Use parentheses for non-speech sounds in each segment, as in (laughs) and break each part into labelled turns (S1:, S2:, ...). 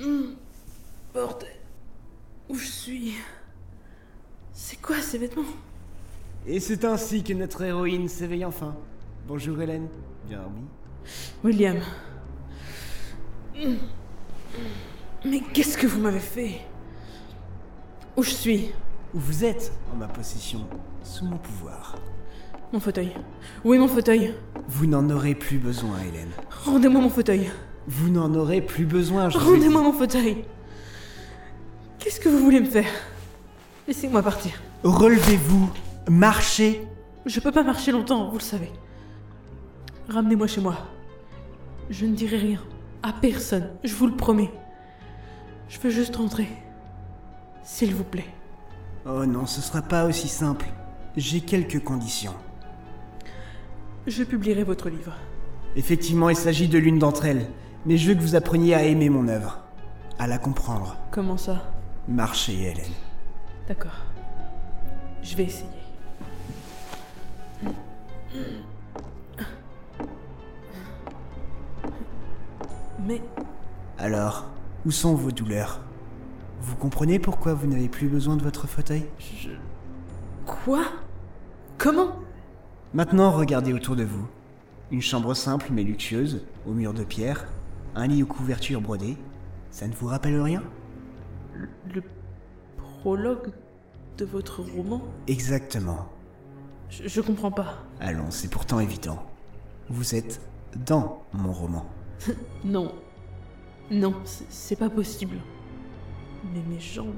S1: Hum, bordel. Où je suis C'est quoi ces vêtements
S2: Et c'est ainsi que notre héroïne s'éveille enfin. Bonjour Hélène. Bien oui.
S1: William. Hum. Mais qu'est-ce que vous m'avez fait Où je suis
S2: Où vous êtes En ma possession, sous mon pouvoir.
S1: Mon fauteuil. Où est mon fauteuil
S2: Vous n'en aurez plus besoin, Hélène.
S1: Rendez-moi mon fauteuil.
S2: Vous n'en aurez plus besoin, je vous ai dit.
S1: Rendez-moi mon fauteuil. Qu'est-ce que vous voulez me faire Laissez-moi partir.
S2: Relevez-vous, marchez.
S1: Je peux pas marcher longtemps, vous le savez. Ramenez-moi chez moi. Je ne dirai rien. À personne, je vous le promets. Je veux juste rentrer. S'il vous plaît.
S2: Oh non, ce sera pas aussi simple. J'ai quelques conditions.
S1: Je publierai votre livre.
S2: Effectivement, il s'agit de l'une d'entre elles, mais je veux que vous appreniez à aimer mon œuvre, à la comprendre.
S1: Comment ça
S2: Marchez, Hélène.
S1: D'accord. Je vais essayer. Mais
S2: Alors, où sont vos douleurs Vous comprenez pourquoi vous n'avez plus besoin de votre fauteuil
S1: quoi Comment
S2: Maintenant, regardez autour de vous. Une chambre simple mais luxueuse, aux murs de pierre, un lit aux couvertures brodées. Ça ne vous rappelle rien
S1: Le prologue de votre roman
S2: Exactement.
S1: je, je comprends pas.
S2: Allons, c'est pourtant évident. Vous êtes dans mon roman.
S1: Non. Non, c'est- c'est pas possible. Mais mes jambes.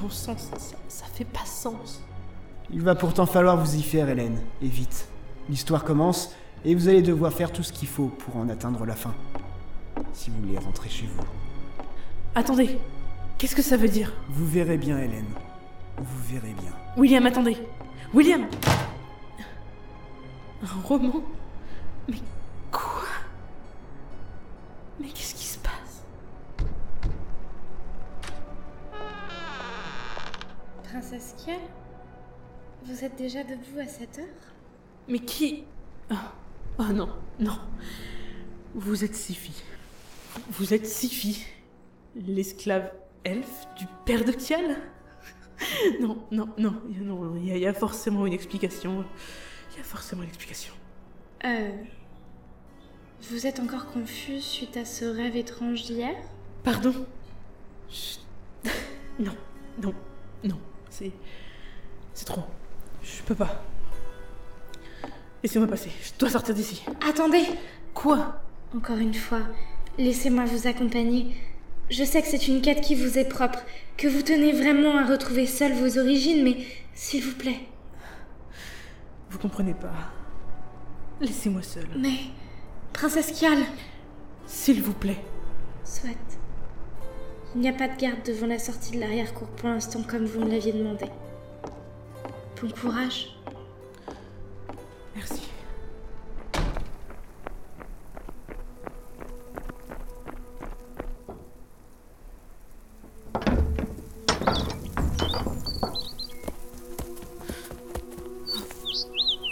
S1: Bon sang, ça, ça- ça fait pas sens.
S2: Il va pourtant falloir vous y faire, Hélène, et vite. L'histoire commence, et vous allez devoir faire tout ce qu'il faut pour en atteindre la fin. Si vous voulez rentrer chez vous.
S1: Attendez, qu'est-ce que ça veut dire
S2: Vous verrez bien, Hélène. Vous verrez bien.
S1: William, attendez William Un roman Mais quoi Mais qu'est-ce qui se passe
S3: Princesse Kiel Vous êtes déjà debout à cette heure
S1: Mais qui Ah. Oh, non, non. Vous êtes Sifi. Vous êtes Sifi. L'esclave elfe du père de Kial (laughs) Non, non, non, non, il y, a- il y a forcément une explication. Il y a forcément une explication.
S3: Euh. Vous êtes encore confuse suite à ce rêve étrange d'hier
S1: Pardon Chut. (laughs) Non, non, non, c'est. C'est trop. Je peux pas. Laissez-moi passer, je dois sortir d'ici.
S3: Attendez
S1: Quoi
S3: Encore une fois, laissez-moi vous accompagner. Je sais que c'est une quête qui vous est propre, que vous tenez vraiment à retrouver seul vos origines, mais s'il vous plaît.
S1: Vous comprenez pas. Laissez-moi seule.
S3: Mais. Princesse Kial
S1: S'il vous plaît.
S3: Soit. Il n'y a pas de garde devant la sortie de l'arrière-cour pour l'instant, comme vous me l'aviez demandé. Bon courage.
S1: Merci. Ah.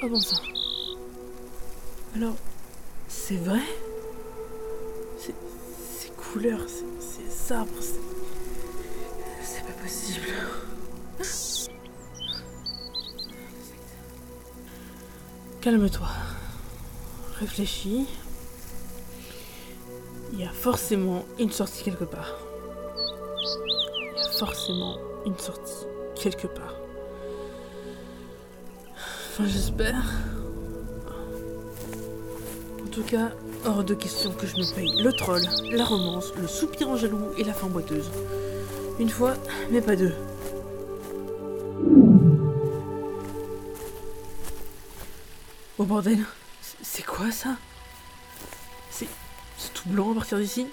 S1: Oh bon sang. Alors, c'est vrai C'est- Ces couleurs, ces- ces arbres, c'est- c'est pas possible. Calme-toi. Réfléchis. Il y a forcément une sortie quelque part. Il y a forcément une sortie quelque part. Enfin, j'espère. En tout cas, hors de question que je me paye le troll, la romance, le soupir en jaloux et la fin boiteuse. Une fois, mais pas deux. Oh bordel, c'est- c'est quoi ça C'est c'est tout blanc à partir d'ici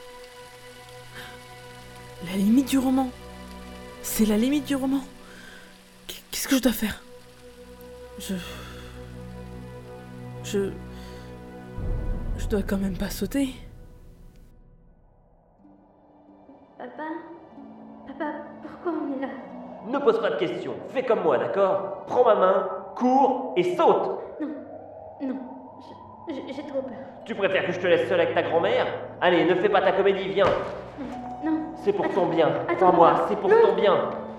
S1: La limite du roman C'est la limite du roman Qu- Qu'est-ce que je dois faire Je... Je... Je dois quand même pas sauter
S3: Papa Papa, pourquoi on est là
S4: Ne pose pas de questions, fais comme moi, d'accord Prends ma main, cours et saute
S3: Non, non,
S5: J'ai j'ai trop peur.
S4: Tu préfères que je te laisse seule avec ta grand-mère Allez, ne fais pas ta comédie, viens.
S5: Non.
S4: C'est pour ton bien.
S5: attends,
S4: Crois-moi,
S5: non.
S4: c'est pour
S5: Non.
S4: ton bien.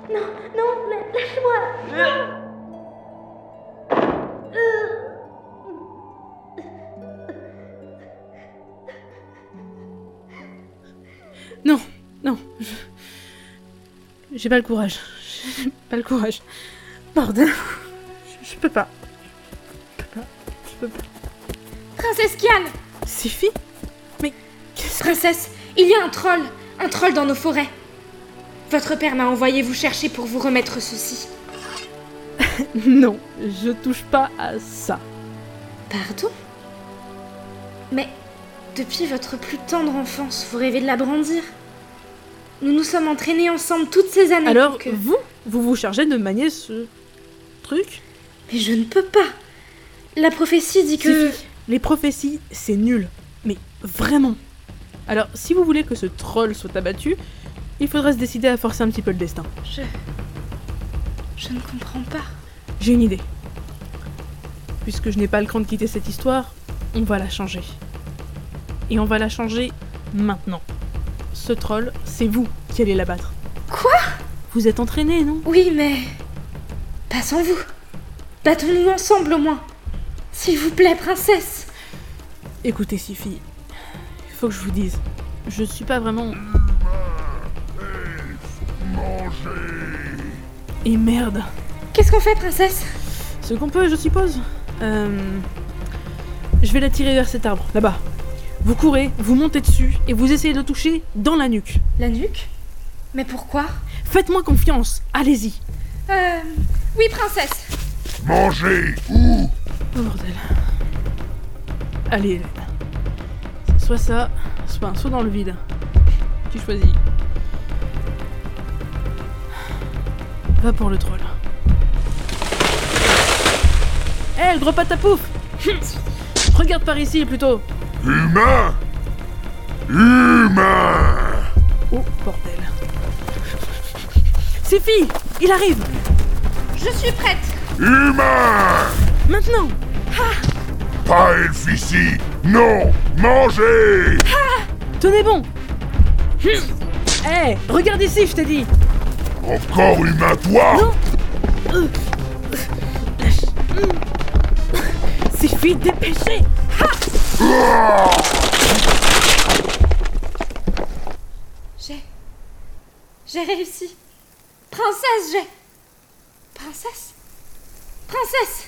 S5: Non, non, la- lâche-moi.
S1: Non, non. je- J'ai pas le courage. J'ai pas le courage. Bordel. Je- Je peux pas. Je peux pas. Je peux pas.
S3: Princesse Kian
S1: Suffit Mais qu'est-ce que...
S3: Princesse, il y a un troll Un troll dans nos forêts Votre père m'a envoyé vous chercher pour vous remettre ceci.
S1: (laughs) Non, je touche pas à ça.
S3: Pardon Mais depuis votre plus tendre enfance, vous rêvez de la brandir Nous nous sommes entraînés ensemble toutes ces années.
S1: Alors,
S3: que-
S1: vous, vous vous chargez de manier ce... truc
S3: Mais je ne peux pas La prophétie dit que...
S1: Suffit. Les prophéties, c'est nul. Mais vraiment. Alors, si vous voulez que ce troll soit abattu, il faudra se décider à forcer un petit peu le destin.
S3: Je... Je ne comprends pas.
S1: J'ai une idée. Puisque je n'ai pas le cran de quitter cette histoire, on va la changer. Et on va la changer maintenant. Ce troll, c'est vous qui allez l'abattre.
S3: Quoi
S1: Vous êtes entraîné, non
S3: Oui, mais... Pas sans vous Battons-nous ensemble au moins S'il vous plaît, princesse
S1: Écoutez, Sifi, il faut que je vous dise, je suis pas vraiment. Et merde
S3: Qu'est-ce qu'on fait, princesse
S1: Ce qu'on peut, je suppose. Euh, Je vais la tirer vers cet arbre, là-bas. Vous courez, vous montez dessus et vous essayez de le toucher dans la nuque.
S3: La nuque Mais pourquoi
S1: Faites-moi confiance, allez-y.
S3: Euh... Oui, princesse
S1: Oh bordel. Allez, Hélène. C'est soit ça, soit un saut dans le vide. Tu choisis. Va pour le troll. Hé, Eh, le gros patapouf (laughs) Regarde par ici plutôt
S6: Humain Humain
S1: Oh bordel. Suffit Il arrive
S3: Je suis prête
S6: Humain
S1: Maintenant
S6: Pas elfe ici Non Mangez
S1: Tenez bon Hum. Hé Regarde ici, je t'ai dit
S6: Encore humain, toi
S1: Non Suffit, dépêchez
S3: J'ai... J'ai réussi Princesse, j'ai... Princesse Princesse